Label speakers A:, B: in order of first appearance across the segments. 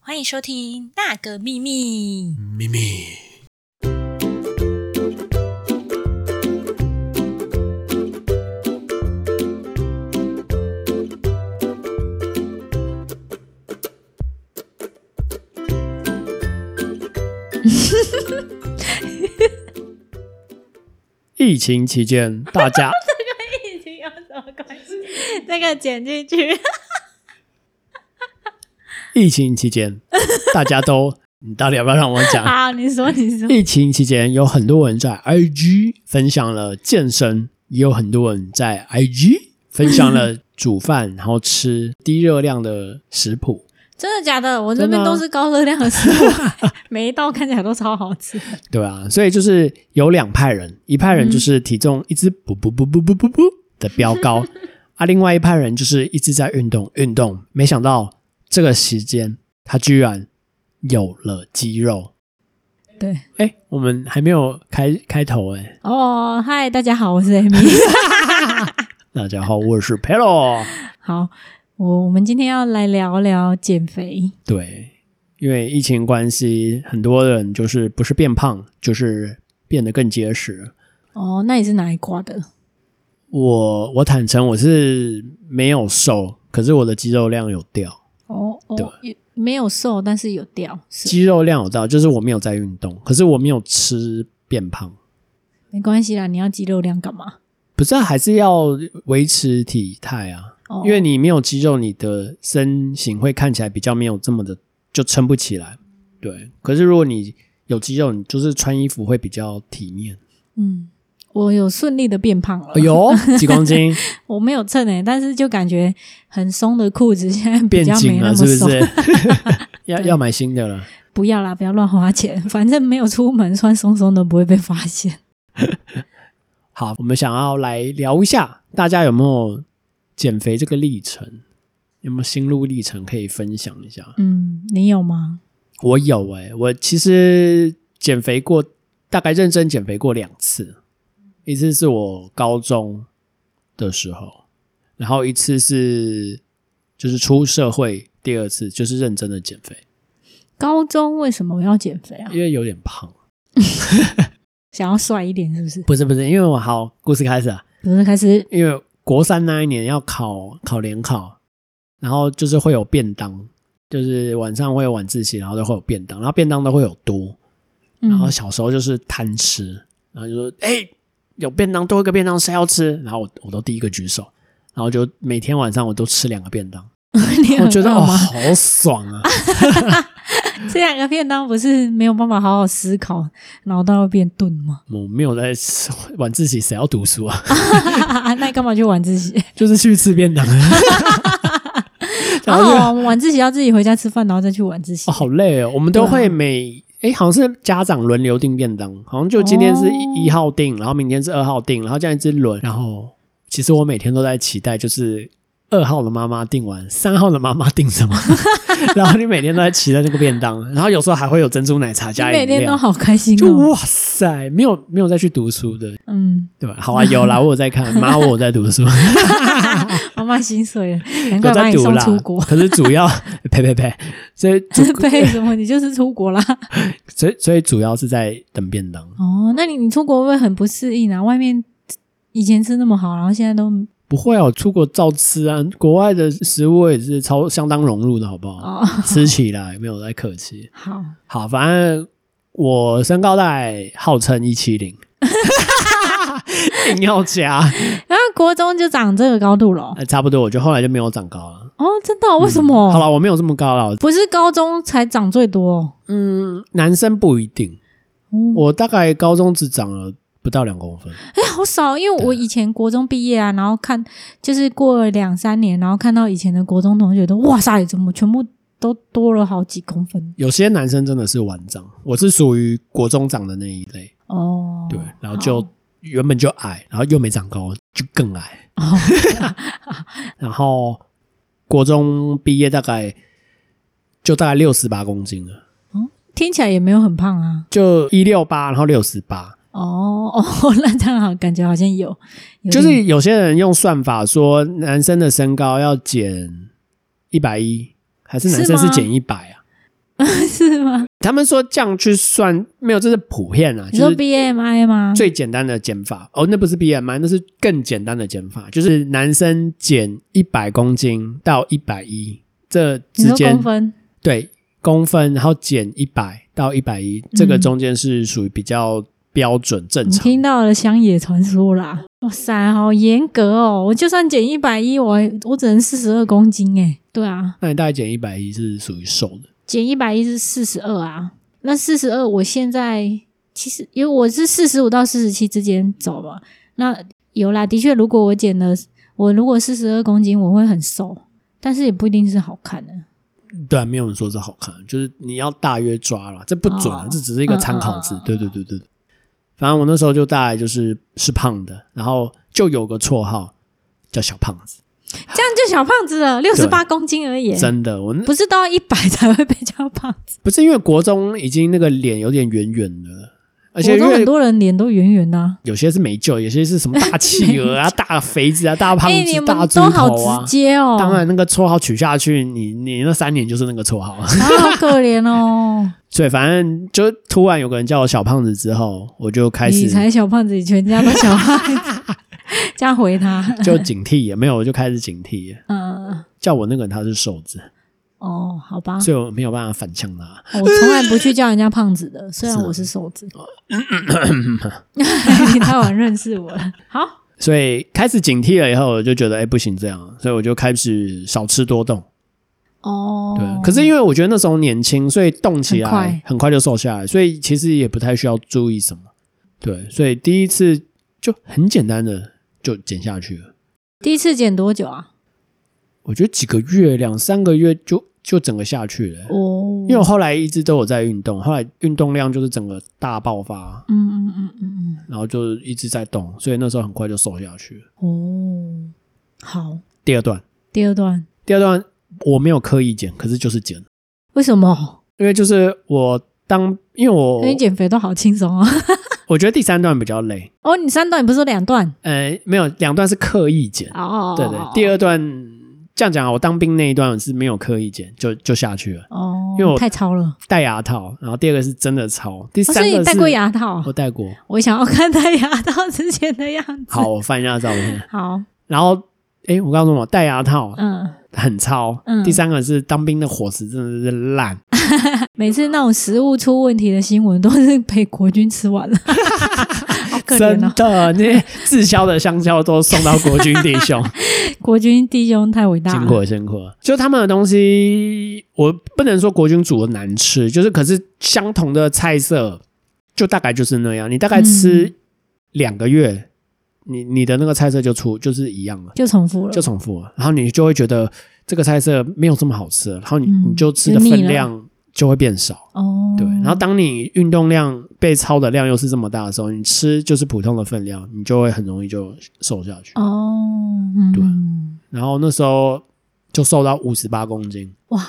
A: 欢迎收听《那个秘密》。
B: 咪咪，
C: 疫情期间，大家
A: 疫情有什么关系？ 这个剪进去。
C: 疫情期间，大家都，你到底要不要让我讲？
A: 好，你说，你说。
C: 疫情期间有很多人在 IG 分享了健身，也有很多人在 IG 分享了煮饭，然后吃低热量的食谱。
A: 真的假的？我这
C: 真
A: 边
C: 的啊
A: 都是高热量的食 物，每一道看起来都超好吃。
C: 对啊，所以就是有两派人，一派人就是体重一直不不不不不不不的飙高，啊，另外一派人就是一直在运动运动，没想到这个时间他居然有了肌肉。
A: 对，
C: 哎、我们还没有开开头哎、
A: 哦，嗨，大家好，我是 Amy。
C: 大家好，我是 Pelo。
A: 好，我我们今天要来聊聊减肥。
C: 对，因为疫情关系，很多人就是不是变胖，就是变得更结实。
A: 哦，那你是哪一挂的？
C: 我我坦诚，我是没有瘦，可是我的肌肉量有掉，
A: 哦
C: 对
A: 哦，也没有瘦，但是有掉，是
C: 肌肉量有掉，就是我没有在运动，可是我没有吃变胖。
A: 没关系啦。你要肌肉量干嘛？
C: 不是啊、还是要维持体态啊，
A: 哦，
C: 因为你没有肌肉，你的身形会看起来比较没有这么的，就撑不起来。对，可是如果你有肌肉，你就是穿衣服会比较体面。
A: 嗯，我有顺利的变胖了。
C: 哎呦， 几公斤
A: 我没有称诶、但是就感觉很松的裤子现在比
C: 变
A: 较没
C: 紧
A: 那
C: 了，
A: 么
C: 是
A: 松。
C: 不是？ 要
A: 对
C: 要买新的了。
A: 不要啦，不要乱花钱， 反正没有出门，穿松松的不会被发现。
C: 好，我们想要来聊一下，大家有没有减肥这个历程？有没有心路历程可以分享一下？
A: 嗯，你有吗？
C: 我有哎、我其实减肥过，大概认真减肥过两次，一次是我高中的时候，然后一次是就是出社会第二次，就是认真的减肥，
A: 高中为什么要减肥啊？
C: 因为有点胖。
A: 想要帅一点是不是？
C: 不是不是，因为我好故事开始啊，
A: 不是开始
C: 因为国三那一年要考考联考，然后就是会有便当，就是晚上会有晚自习，然后都会有便当，然后便当都会有多，
A: 嗯
C: 然后小时候就是贪吃，然后就说：“哎、有便当多一个便当谁要吃？”然后我我都第一个举手，然后就每天晚上我都吃两个便当，
A: 你很
C: 我觉得
A: 饿
C: 哦
A: 吗？
C: 好爽啊！
A: 这两个便当不是没有办法好好思考，脑袋会变钝吗？
C: 我没有在吃晚自习，谁要读书啊？
A: 那你干嘛去晚自习？
C: 就是去吃便当，啊
A: 然
C: 然后就
A: 后哦晚自习要自己回家吃饭，然后再去晚自习
C: 哦，。好累哦。我们
A: 啊
C: 都会每哎、好像是家长轮流订便当，好像就今天是
A: 哦
C: 一一号订，然后明天是二号订，然后这样一直轮。然后其实我每天都在期待，就是二号的妈妈订完，三号的妈妈订什么， 然后你每天都在期待那个便当，然后有时候还会有珍珠奶茶
A: 你
C: 加
A: 每
C: 饮
A: 天都
C: 料。
A: 好开心
C: 就
A: 哦。
C: 哇塞，没有没有再去读书的，
A: 嗯，
C: 对吧？好啊，有啦，我有在看，妈，我有在 读书，
A: 妈妈心碎了，难
C: 有
A: 怪把
C: 在
A: 你
C: 读
A: 送
C: 啦
A: 出国。。
C: 可是主要， 呸呸呸，所以主
A: 背什么？你就是出国啦。
C: 所以所以主要是在等便当。
A: 哦，那你你出国会不会很不适应啊？外面以前吃那么好，然后现在都
C: 不会啊，我出国照吃啊，国外的食物我也是超相当融入的，好不好？
A: 哦
C: 吃起来没有在客气。
A: 好，
C: 好，反正我身高带号称一七零，硬要加，
A: 然后国中就长这个高度了。
C: 呃差不多，我就后来就没有长高了。
A: 哦，真的哦？为什么？
C: 好了，我没有这么高了。
A: 不是高中才长最多哦。
C: 嗯，男生不一定，
A: 嗯
C: 我大概高中只长了不到两公分。
A: 哎好少，因为我以前国中毕业啊，然后看就是过了两三年，然后看到以前的国中同学都哇塞，怎么全部都多了好几公分
C: 有些男生真的是晚长，我是属于国中长的那一类，
A: 哦？
C: 对，然后就原本就矮，然后又没长高，就更矮。
A: 哦，
C: 然后国中毕业大概就大概六十八公斤了，
A: 听起来也没有很胖啊。
C: 就一六八，然后六十八，
A: 哦哦， 那这样好，感觉好像有，有
C: 就
A: 点
C: 是有些人用算法说男生的身高要减一百一，还是男生
A: 是
C: 是
A: 吗
C: 减一百啊？
A: 是吗？
C: 他们说这样去算没有，这是普遍啊，
A: 你说
C: 就是
A: BMI 吗？
C: 最简单的减法哦，那不是 BMI，那是更简单的减法，就是男生减一百公斤到一百一这
A: 你
C: 之
A: 说
C: 间
A: 公，分？
C: 对公分，然后减一百到一百一，这个
A: 嗯
C: 中间是属于比较标准正
A: 你
C: 常。
A: 听到了乡野传说啦！哇塞，好严格哦！我就算减一百一，我我只能四十二公斤哎。对啊，
C: 那你大概减一百一是属于瘦的，
A: 减一百一是四十二啊。那四十二，我现在其实因为我是四十五到四十七之间走嘛。那有啦，的确，如果我减了，我如果四十二公斤，我会很瘦，但是也不一定是好看的。
C: 对、啊，没有人说是好看，就是你要大约抓了，这不准啊，
A: 哦
C: 这只是一个参考值
A: 嗯嗯嗯。嗯
C: 对对对对对，反正我那时候就大概就是是胖的，然后就有个绰号叫小胖子，
A: 这样就小胖子了，六十八公斤而已耶，
C: 真的，我那
A: 不是都要一百才会被叫胖子？
C: 不是因为国中已经那个脸有点圆圆了，而
A: 国
C: 且因
A: 中很
C: 为
A: 多人脸都圆圆的、啊。
C: 有些是没救，有些是什么大企鹅 啊、大肥子啊、大胖
A: 哎、
C: 子、
A: 你
C: 大
A: 们
C: 猪
A: 都好
C: 头啊
A: 直。接哦！
C: 当然，那个绰号取下去，你你那三年就是那个绰号。
A: 啊，好可怜哦！
C: 所以反正就突然有个人叫我小胖子之后，我就 开
A: 你
C: 始
A: 才小胖子，你全家都小胖子，这样回他。
C: 就警惕也没有，我就开始警惕了。
A: 嗯，
C: 叫我那个人他是瘦子，
A: 哦，好吧，哦
C: 所以我没有办法反呛他。
A: 我从来不去叫人家胖子的，虽然
C: 是啊
A: 我是瘦 子。你太晚认识我了。好，
C: 所以开始警惕了以后，我就觉得哎、不行这样，所以我就开始少吃多动。
A: 哦，
C: 对，啊可是因为我觉得那时候年轻，所以动起来
A: 很快
C: 就瘦下来，所以其实也不太需要注意什么。对，所以第一次就很简单的就减下去了。
A: 第一次减多久啊？
C: 我觉得几个月、两三个月就就整个下去了、
A: 哦，
C: 因为我后来一直都有在运动，后来运动量就是整个大爆发，
A: 嗯嗯嗯嗯
C: 然后就一直在动，所以那时候很快就瘦下去了。
A: 嗯，哦，好，
C: 第二段，
A: 第二段
C: 第二段我没有刻意减，可是就是减，
A: 为什么？
C: 因为就是我当因为我
A: 因为减肥都好轻松哦。
C: 我觉得第三段比较累，
A: 哦，你三段你不是说两段？
C: 呃，没有两段是刻意减，
A: 哦，
C: 对对，第二段这样讲啊，我当兵那一段是没有刻意减，就就下去了，
A: 哦，
C: 因为我
A: 太超了。
C: 戴牙套，然后第二个是真的超，第
A: 哦
C: 三
A: 所
C: 个
A: 以
C: 是、
A: 你戴过，牙套？啊
C: 我戴 过，
A: 我想要看戴牙套之前的样 子。
C: 好，，我翻一下照片，
A: 好，
C: 然后诶，我告诉我戴牙套
A: 嗯，
C: 很超，
A: 嗯
C: 第三个是当兵的伙食真的是烂，
A: 每次那种食物出问题的新闻都是被国军吃完 了，好可
C: 真
A: 怜哦！
C: 的，那些滞销的香蕉都送到国军弟兄，
A: 国军弟兄太伟大
C: 辛苦
A: 了。
C: 了辛苦了。就他们的东西，我不能说国军煮的难吃，就是可是相同的菜色，就大概就是那样。你大概吃
A: 嗯
C: 两个月，你你的那个菜色就出就是一样了，
A: 就重复了，
C: 就重复了。然后你就会觉得这个菜色没有这么好吃了，然后你、
A: 嗯
C: 你就吃的
A: 就腻了
C: 分量就会变少。
A: 哦，
C: 对，然后当你运动量被超的量又是这么大的时候，你吃就是普通的分量，你就会很容易就瘦下去。
A: 哦，嗯，
C: 对然后那时候就瘦到五十八公斤，
A: 哇，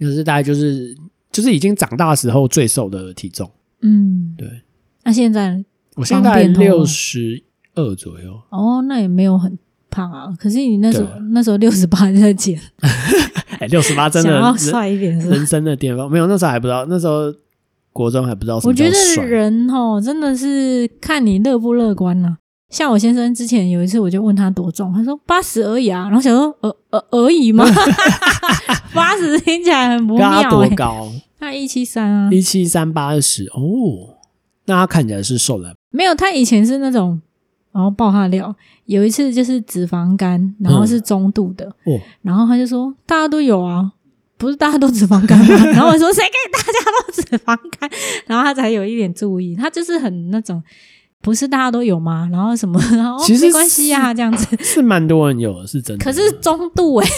C: 就是大概就是就是已经长大时候最瘦的体重。
A: 嗯，
C: 对。
A: 那现在
C: 我现在
A: 方便
C: 六
A: 哦
C: 十二左右，
A: 哦，那也没有很胖啊，可是你那时候
C: 对
A: 那时候六十八在减，
C: 哎，六十八 真
A: 想
C: 的
A: 要
C: 人
A: 帅一点是吧？
C: 人生的巅峰。没有，那时候还不知道，那时候国中还不知道什
A: 我
C: 么叫
A: 觉得
C: 帅。
A: 人哦，真的是看你乐不乐观呐、像我先生之前有一次，我就问他多重，他说八十而已啊，然后想说呃呃而已 吗？八十听起来很不
C: 跟他
A: 妙
C: 多
A: 哎、
C: 高？
A: 他一七三啊，
C: 一七三八十哦，那他看起来是瘦了，
A: 没有，他以前是那种，然后爆他料，有一次就是脂肪肝，然
C: 嗯
A: 后是中度的，
C: 哦，
A: 然后他就说大家都有啊，不是大家都脂肪肝 吗？然后我说谁给大家都脂肪肝？然后他才有一点注意，他就是很那种，不是大家都有吗？然后什么，然后、哦
C: 其实
A: 没关系啊，这样子。
C: 是嗯蛮多人有的，是真的。
A: 可是中度哎、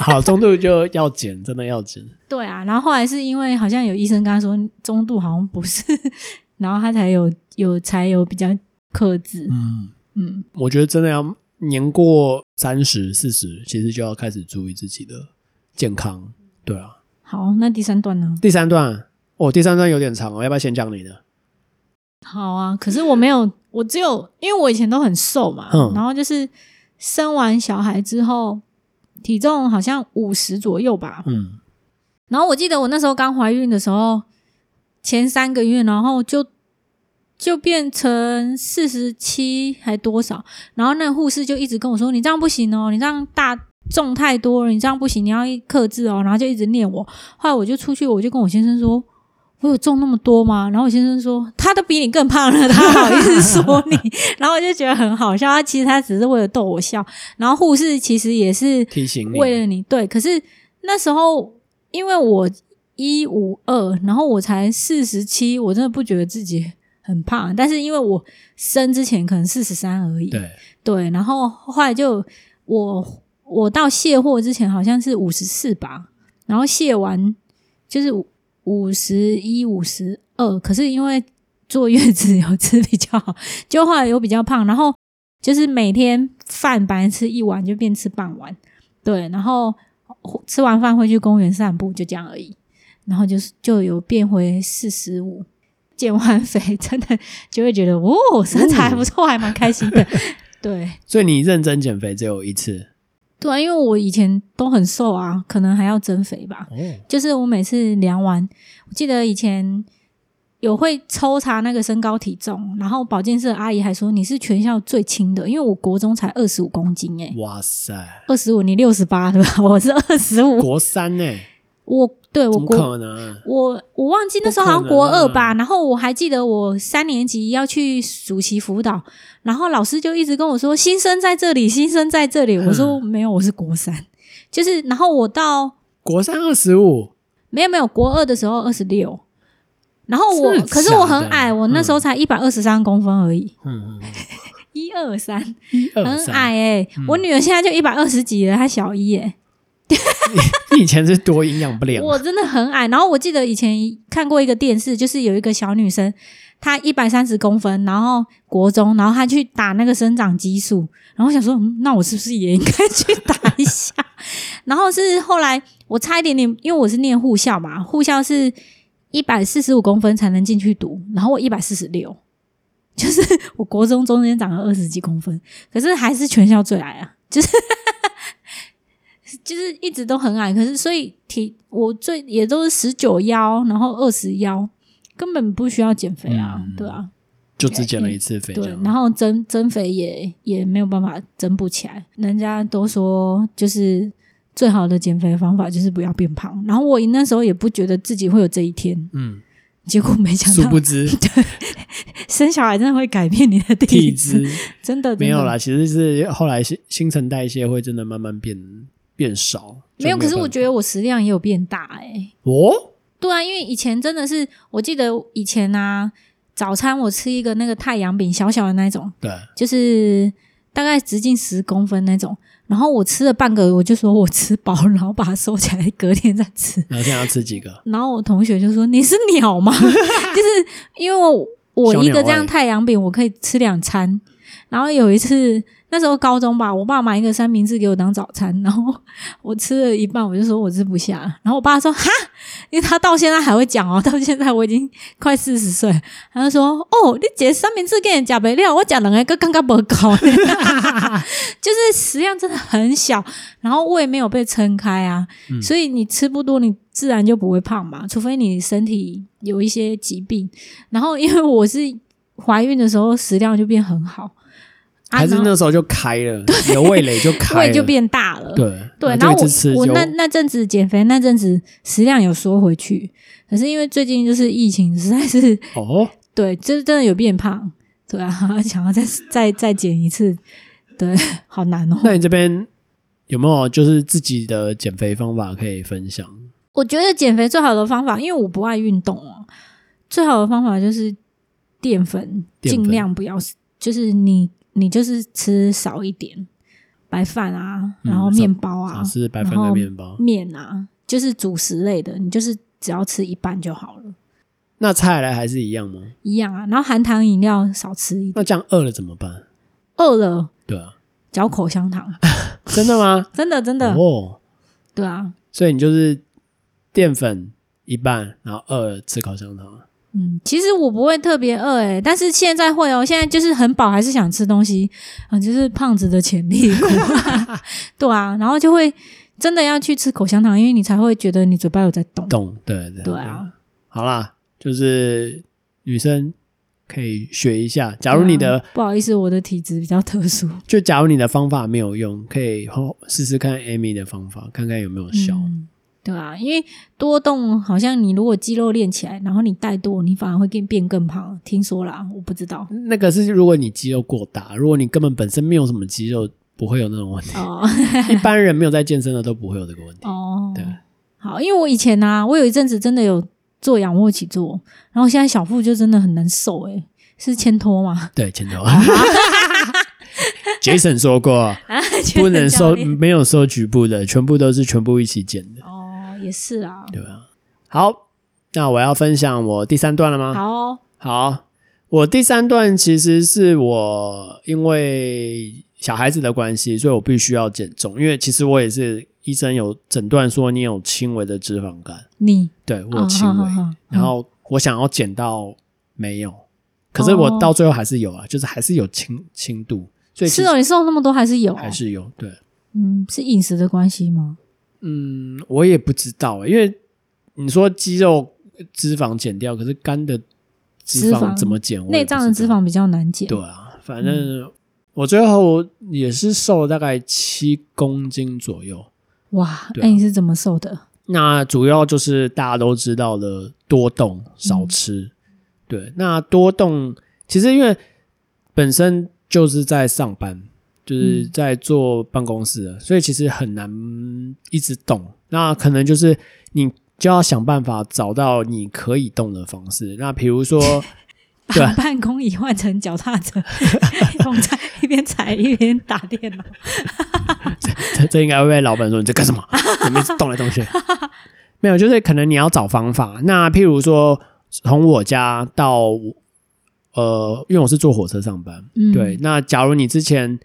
C: 好，中度就要减，真的要减。
A: 对啊，然后后来是因为好像有医生跟他说中度好像不是， 然后他才有有才有比较克制，
C: 嗯，
A: 嗯，
C: 我觉得真的要年过三十、四十，其实就要开始注意自己的健康。对啊，
A: 好，那第三段呢？
C: 第三段哦，第三段有点长哦，要不要先讲你的？
A: 好啊，可是我没有，我只有因为我以前都很瘦嘛，
C: 嗯
A: 然后就是生完小孩之后，体重好像五十左右吧，
C: 嗯，
A: 然后我记得我那时候刚怀孕的时候，前三个月，然后就就变成四十七还多少，然后那个护士就一直跟我说：“你这样不行哦，你这样大重太多了，你这样不行，你要克制哦。”然后就一直念我。后来我就出去，我就跟我先生说。我有重那么多吗？然后我先生说，他都比你更胖了，他好意思说你？ 然后我就觉得很好笑。他其实他只是为了逗我笑。然后护士其实也是
C: 提醒你，
A: 为了你，对。可是那时候因为我一五二，然后我才四十七，我真的不觉得自己很胖。但是因为我生之前可能四十三而已，
C: 对
A: 对。然后后来就我我到卸货之前好像是五十四吧，然后卸完就是五十一、五十二。可是因为坐月子有吃比较好，就后来有比较胖，然后就是每天饭本来吃一碗就变吃半碗，对，然后吃完饭会去公园散步，就这样而已。然后就是就有变回四十五，减完肥真的就会觉得哦，身材还不错，还蛮开心的。 对
C: 所以你认真减肥只有一次
A: 对啊，因为我以前都很瘦啊，可能还要增肥吧。
C: 哦，
A: 就是我每次量完，我记得以前有会抽查那个身高体重，然后保健室的阿姨还说你是全校最轻的，因为我国中才二十五公斤诶、
C: 哇塞，
A: 二十五你六十八对吧？我 是二十五，
C: 国三呢、
A: 我对我
C: 怎么
A: 国
C: 可能？
A: 我我忘记那时候好像
C: 啊
A: 国二吧，然后我还记得我三年级要去暑期辅导，然后老师就一直跟我说新生在这里，新生在这里，我说没有，我是国三， 就是然后我到
C: 国三二十五，
A: 没有没有，国二的时候二十六，然后我
C: 是
A: 可是我很
C: 假的嗯
A: 矮，我那时候才一百二十三公分而已，
C: 嗯，嗯嗯
A: 一二三，
C: 一二
A: 很矮
C: 三，嗯
A: 哎、我女儿现在就一百二十几了，她小一哎、
C: 你以前是多营养不良，
A: 我真的很矮。然后我记得以前看过一个电视，就是有一个小女生，她一百三十公分，然后国中，然后她去打那个生长激素，然后我想说，嗯，那我是不是也应该去打一下？然后是后来我差一点点，因为我是念护校嘛，护校是一百四十五公分才能进去读，然后我一百四十六。就是我国中中间长了二十几公分，可是还是全校最矮啊，就是 就是一直都很矮，可是所以体我最也都是十九腰，然后二十腰，根本不需要减肥啊，
C: 嗯
A: 对啊，
C: 就只减了一次肥，
A: 对
C: 这，样
A: 然后增增肥也也没有办法增不起来，人家都说就是最好的减肥方法就是不要变胖，然后我那时候也不觉得自己会有这一天，
C: 嗯，
A: 结果没想
C: 殊
A: 到
C: 不知
A: 生小孩真的会改变你的
C: 体质
A: 真的真的
C: 没有啦，其实是后来新新陈代谢会真的慢慢变变少，就
A: 没有，可是我
C: 办
A: 觉得我食量也有变大哎、
C: 法哦，
A: 对啊，因为以前真的是，我记得以前啊，早餐我吃一个那个太阳饼，小小的那种，
C: 对，
A: 就是大概直径十公分那种。然后我吃了半个，我就说我吃饱了，然后把它收起来，隔天再吃。
C: 然后现在要吃几个？
A: 然后我同学就说：“你是鸟吗？” 就是因为我我
C: 小鸟
A: 一个这
C: 胃
A: 样太阳饼，我可以吃两餐。然后有一次，那时候高中吧，我爸买一个三明治给我当早餐，然后我吃了一半，我就说我吃不下。然后我爸说：“哈，因为他到现在还会讲哦，到现在我已经快四十岁了，他就说：哦，你姐三明治给人讲不了，我讲两个刚刚不 够， 就是食量真的很小，然后胃没有被撑开啊，
C: 嗯
A: 所以你吃不多，你自然就不会胖嘛，除非你身体有一些疾病。然后因为我是怀孕的时候食量就变很好， 啊
C: 还是
A: 然后
C: 那时候就开了，你的味蕾就开
A: 胃
C: 了，
A: 就变大了，
C: 对
A: 对，然
C: 然
A: 后
C: 后就一直吃
A: 我我
C: 就
A: 那那阵子减肥那阵子食量有缩回去，可是因为最近就是疫情，实在是
C: 哦，
A: 对，就是真的有变胖，对啊， 想要再再再减一次，对，好难哦。
C: 那你这边有没有就是自己的减肥方法可以分享？
A: 我觉得减肥最好的方法，因为我不爱运动哦，最好的方法就是淀粉
C: 淀粉
A: 尽量不要，就是你你就是吃少一点白饭啊，
C: 嗯
A: 然后
C: 少
A: 面包啊，
C: 少吃哦白饭
A: 然
C: 跟
A: 后
C: 面包。
A: 面啊，就是主食类的，你就是只要吃一半就好了，
C: 那菜来还是一样吗？
A: 一样啊。然后含糖饮料少吃一点，
C: 那这样饿了怎么办？
A: 饿了
C: 对啊，
A: 嚼口香糖，
C: 真的吗？
A: 真的真的，
C: 哦，
A: 对啊，
C: 所以你就是淀粉一半，然后饿了吃口香糖。
A: 嗯，其实我不会特别饿诶、但是现在会哦、现在就是很饱，还是 啊想吃东西，嗯，就是胖子的潜力股，对啊，然后就会真的要去吃口香糖，因为你才会觉得你嘴巴有在动。
C: 懂，对对
A: 对啊，
C: 好啦，就是女生可以学一下。假如你
A: 对
C: 的、
A: 啊不好意思，我的体质比较特 殊，
C: 就假如你的方法没有用，可以后试试看 Amy 的方法，看看有没有效。
A: 嗯对啊，因为多动好像你如果肌肉练起来，然后你带多，你反而会变变更胖。听说啦，我不知道
C: 那个是如果你肌肉过大，如果你根本本身没有什么肌肉，不会有那种 问题。
A: 哦
C: 一般人没有在健身的都不会有这 个问题。
A: 哦，
C: 对，
A: 好，因为我以前啊，我有一阵子真的有做仰卧起坐，然后现在小腹就真的很难受、欸，诶，是牵拖 吗？
C: 对，前头。Jason 说 过，
A: 啊，
C: 不能嗯
A: 教
C: 收，
A: 练
C: 没有收局部的，全部都是全部一起减的。
A: 哦，也是啊，
C: 好，那我要分享我第三段了吗？
A: 好哦、
C: 好，我第三段其实是我因为小孩子的关系，所以我必须要减重，因为其实我也是医生有诊断说你有轻微的脂肪肝，
A: 你
C: 对我
A: 哦
C: 有轻微，
A: 好好好
C: 然后我想要减到没有，可是
A: 哦
C: 我到最后还是有啊，就是还是有轻轻度，所以其
A: 是
C: 实
A: 哦，你瘦那么多还是有哦，
C: 还是有，对，
A: 嗯，是饮食的关系吗？
C: 嗯，我也不知道欸，因为你说肌肉脂肪减掉，可是肝的脂
A: 脂
C: 肪
A: 肪
C: 怎么减？我也
A: 内
C: 不
A: 脏
C: 知
A: 的脂
C: 道
A: 肪比较难减，
C: 对啊，反正我最后也是瘦了大概七公斤左右。
A: 哇，
C: 对
A: 那、
C: 啊
A: 你是怎么瘦的？
C: 那主要就是大家都知道的多动少吃。对，那多动其实因为本身就是在上班，就是
A: 嗯
C: 在坐办公室的，所以其实很难一直动。那可能就是你就要想办法找到你可以动的方式。那比如说对啊
A: 把办公椅换成脚踏车， 用在一边踩一边打电脑。
C: 这 这应该会被老板说你在 干什么？你们一直动来动去。没有，就是可能你要找方法。那譬如说，从我家到呃，因为我是坐火车上班，
A: 嗯
C: 对。那假如你之前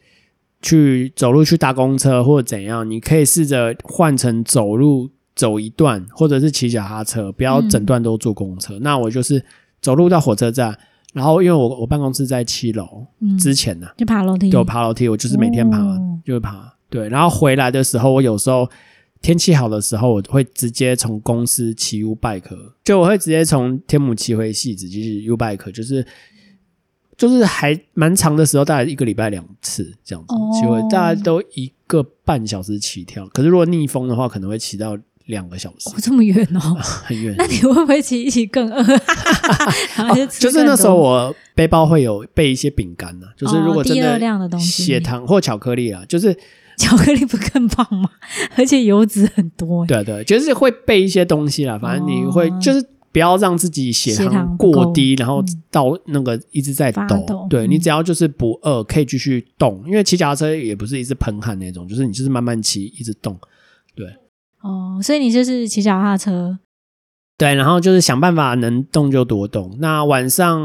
C: 去走路去搭公车或者怎样，你可以试着换成走路走一段，或者是骑脚踏车，不要
A: 嗯
C: 整段都坐公车。那我就是走路到火车站，然后因为我我办公室在七楼，
A: 嗯，
C: 之前呢、
A: 就爬楼梯，
C: 对我爬楼梯，我就是每天爬，
A: 嗯哦
C: 就会爬。对，然后回来的时候，我有时候天气好的时候，我会直接从公司骑 U bike，就我会直接从天母骑回戏子，就是 U bike，就是就是还蛮长的时候，大概一个礼拜两次这样子
A: 哦
C: 骑回，大概都一个半小时起跳。可是如果逆风的话，可能会骑到两个小时
A: 哦，，这么远哦。
C: 很远。
A: 那你会不会骑一起更饿？ 然后就吃
C: 哦就是
A: 更
C: 那时候
A: 多
C: 我背包会有备一些饼干呢、就是如
A: 哦
C: 果真
A: 低热
C: 的
A: 量的东西
C: 血糖或巧克力啊，就是
A: 巧克力不更胖吗？而且油脂很多，
C: 对对，就是会备一些东西啦，反正你会、
A: 哦
C: 就是不要让自己血
A: 血糖不
C: 过
A: 够
C: 低，然后到那个一直在
A: 发
C: 抖。
A: 抖
C: 对你
A: 嗯
C: 只要就是不饿，可以继续动，因为骑脚踏车也不是一直喷汗那种，就是你就是慢慢骑，一直动。
A: 哦，所以你就是骑脚踏车，
C: 对，然后就是想办法能动就多动。那晚上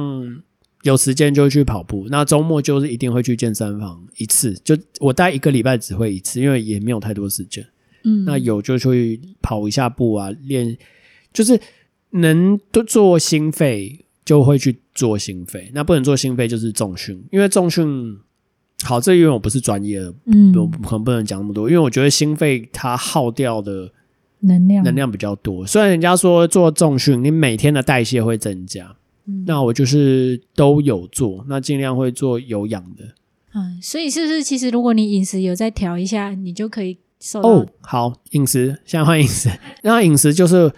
C: 有时间就去跑步，那周末就是一定会去健身房一次，就我大概一个礼拜只会一次，因为也没有太多时间。
A: 嗯，
C: 那有就去跑一下步啊，练就是能多做心肺就会去做心肺，那不能做心肺就是重训，因为重训好，这因为我不是专业的，
A: 嗯
C: 我可能不能讲那么多，因为我觉得心肺它耗掉的
A: 能量
C: 能量比较多，虽然人家说做重训你每天的代谢会增加，
A: 嗯
C: 那我就是都有做，那尽量会做有氧的。
A: 嗯，所以是不是其实如果你饮食有再调一下，你就可以瘦
C: 哦
A: 到，
C: 好，饮食，现在换饮食。那饮食就是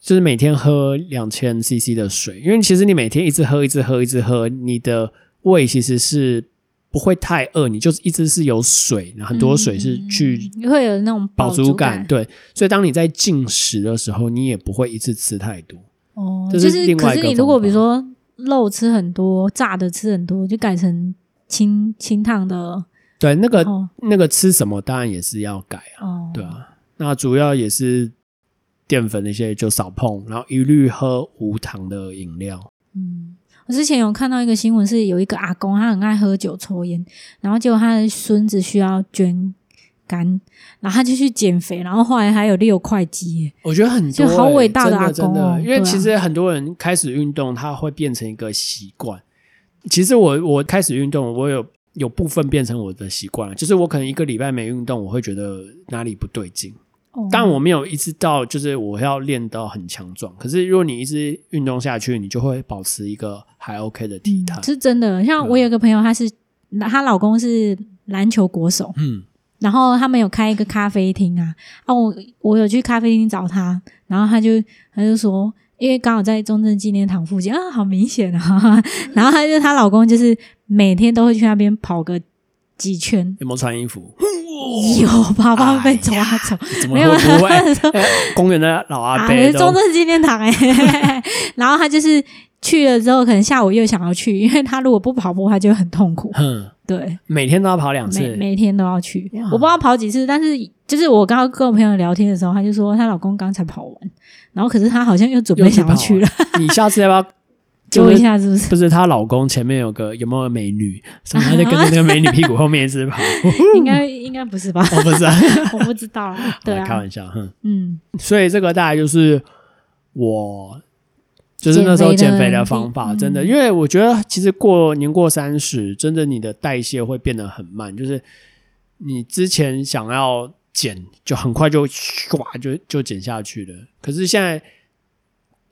C: 就是每天喝两千 CC 的水，因为其实你每天一直喝，一直喝，一直喝，你的胃其实是不会太饿，你就是一直是有水，然后很多水是去
A: 嗯会有那种
C: 饱
A: 足
C: 足感，对。所以当你在进食的时候，你也不会一次吃太多。
A: 哦，
C: 这
A: 就是是
C: 另
A: 可
C: 外一
A: 是
C: 个
A: 你如果
C: 方法
A: 比如说肉吃很多，炸的吃很多，就改成清清烫的
C: 对，那个
A: 哦
C: 那个吃什么当然也是要改啊，
A: 哦，
C: 对啊。那主要也是淀粉那些就少碰，然后一律喝无糖的饮料。
A: 嗯，我之前有看到一个新闻，是有一个阿公，他很爱喝酒抽烟，然后结果他的孙子需要捐肝，然后他就去减肥，然后后来还有六块肌耶，
C: 我觉得很多、
A: 就好伟大
C: 的
A: 的阿
C: 真
A: 公
C: 的
A: 哦
C: 真的，因为
A: 对啊
C: 其实很多人开始运动，它会变成一个习惯。其实我我开始运动，我有有部分变成我的习惯了，就是我可能一个礼拜没运动，我会觉得哪里不对劲，
A: 哦
C: 当然我没有一次到就是我要练到很强壮，可是如果你一直运动下去，你就会保持一个还 OK 的体态。
A: 是真的。像我有个朋友，她是她老公是篮球国手，
C: 嗯，
A: 然后他们有开一个咖啡厅啊，啊我我有去咖啡厅找他，然后他就他就说，因为刚好在中正纪念堂附近啊，好明显啊， 然后他就她老公就是每天都会去那边跑个几圈，
C: 有没有穿 衣服？
A: 有
C: 哦
A: 跑到被抓走，
C: 怎么
A: 没有
C: 会
A: 啊
C: 不会？ 哎公园的老阿
A: 啊，
C: 伯
A: 中
C: 都
A: 正纪念堂哎、 然后他就是去了之后，可能下午又想要去，因为他如果不跑步，他就很痛 苦，
C: 哼，
A: 对。
C: 每天都要跑两
A: 每
C: 次，
A: 每天都要去
C: 哇，
A: 我不知道跑几次，但是就是我刚刚跟我朋友聊天的时候，她就说她老公刚才跑完，然后可是她好像又准备
C: 又去
A: 想要
C: 跑
A: 去了，
C: 你下次要不要？
A: 揪
C: 就是
A: 一下是不是？
C: 不是她老公前面有个有没有美女，什么她就跟着那个美女屁股后面一直跑。
A: 应该应该不是吧？
C: 我不 知道，
A: 我不知 道啦，对
C: 开
A: 啊，
C: 玩笑，哼。
A: 嗯，
C: 所以这个大概就是我，就是那时候减肥的嗯方法，
A: 减肥的
C: 真的，因为我觉得其实过年过三十，真的你的代谢会变得很慢，就是你之前想要减，就很快就唰就就减下去了，可是现在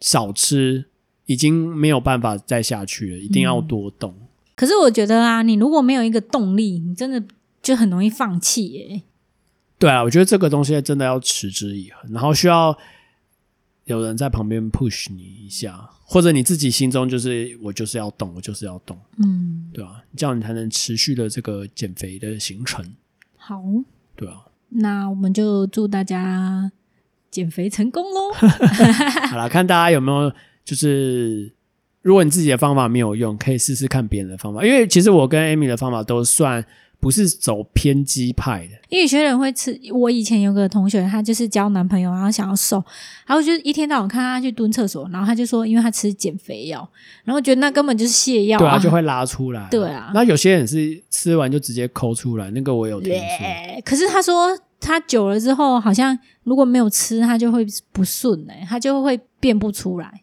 C: 少吃已经没有办法再下去了，一定要多动。
A: 可是我觉得啊，你如果没有一个动力，你真的就很容易放弃耶、
C: 对啊，我觉得这个东西真的要持之以恒，然后需要有人在旁边 push 你一下，或者你自己心中就是我就是要动，我就是要动，
A: 嗯，
C: 对啊，这样你才能持续的这个减肥的行程，
A: 好，
C: 对啊。
A: 那我们就祝大家减肥成功喽。
C: 好啦，看大家有没有就是，如果你自己的方法没有用，可以试试看别人的方法，因为其实我跟 Amy 的方法都算不是走偏激派的，
A: 因为有些人会吃，我以前有个同学，她就是交男朋友，然后想要瘦，然后就一天到晚看她去蹲厕所，然后她就说，因为她吃减肥药，然后觉得那根本就是泻药、
C: 对啊，
A: 啊，
C: 就会拉出来，
A: 对啊
C: 那有些人是吃完就直接抠出来，那个我有听说。
A: 耶啊可是她说，她久了之后，好像如果没有吃，她就会不顺哎、她就会变不出来。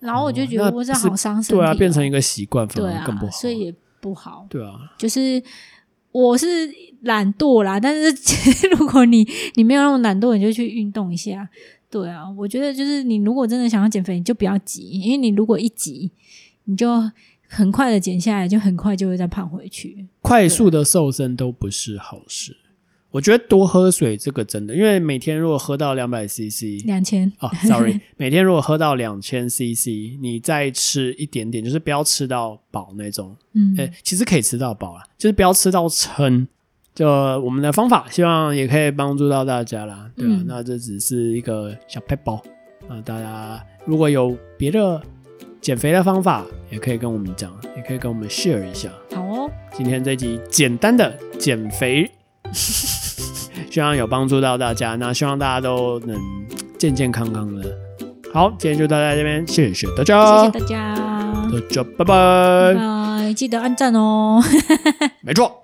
A: 然后我就觉
C: 哦
A: 得，
C: 那
A: 我这
C: 是
A: 好伤身体、
C: 对啊，变成一
A: 个
C: 个习惯反
A: 对
C: 而
A: 啊
C: 更不好。，
A: 所以也不好。
C: 对啊，
A: 就是我是懒惰啦，但是 其实如果你你没有那么懒惰，你就去运动一下。对啊，我觉得就是你如果真的想要减肥，你就不要急，因为你如果一急，你就很快的减下来，就很快就会再胖回去。
C: 快速的瘦身都不是好事。我觉得多喝水这个真的，因为每天如果喝到两百 CC
A: 两千，
C: 哦 ，sorry，每天如果喝到两千 CC，你再吃一点点，就是不要吃到饱那种。
A: 嗯，
C: 哎、其实可以吃到饱啦，就是不要吃到撑。就我们的方法，希望也可以帮助到大家啦。对啊，
A: 嗯
C: 那这只是一个小 p e 啊，大家如果有别的减肥的方法，也可以跟我们讲，也可以跟我们 share 一下。
A: 好哦，
C: 今天这集简单的减肥， 希望有帮助到大家。那希望大家都能健健康康的。好，今天就到这边，谢谢大家，
A: 谢谢大家，
C: 啊大家拜拜
A: 拜，记得按赞哦。
C: 没错。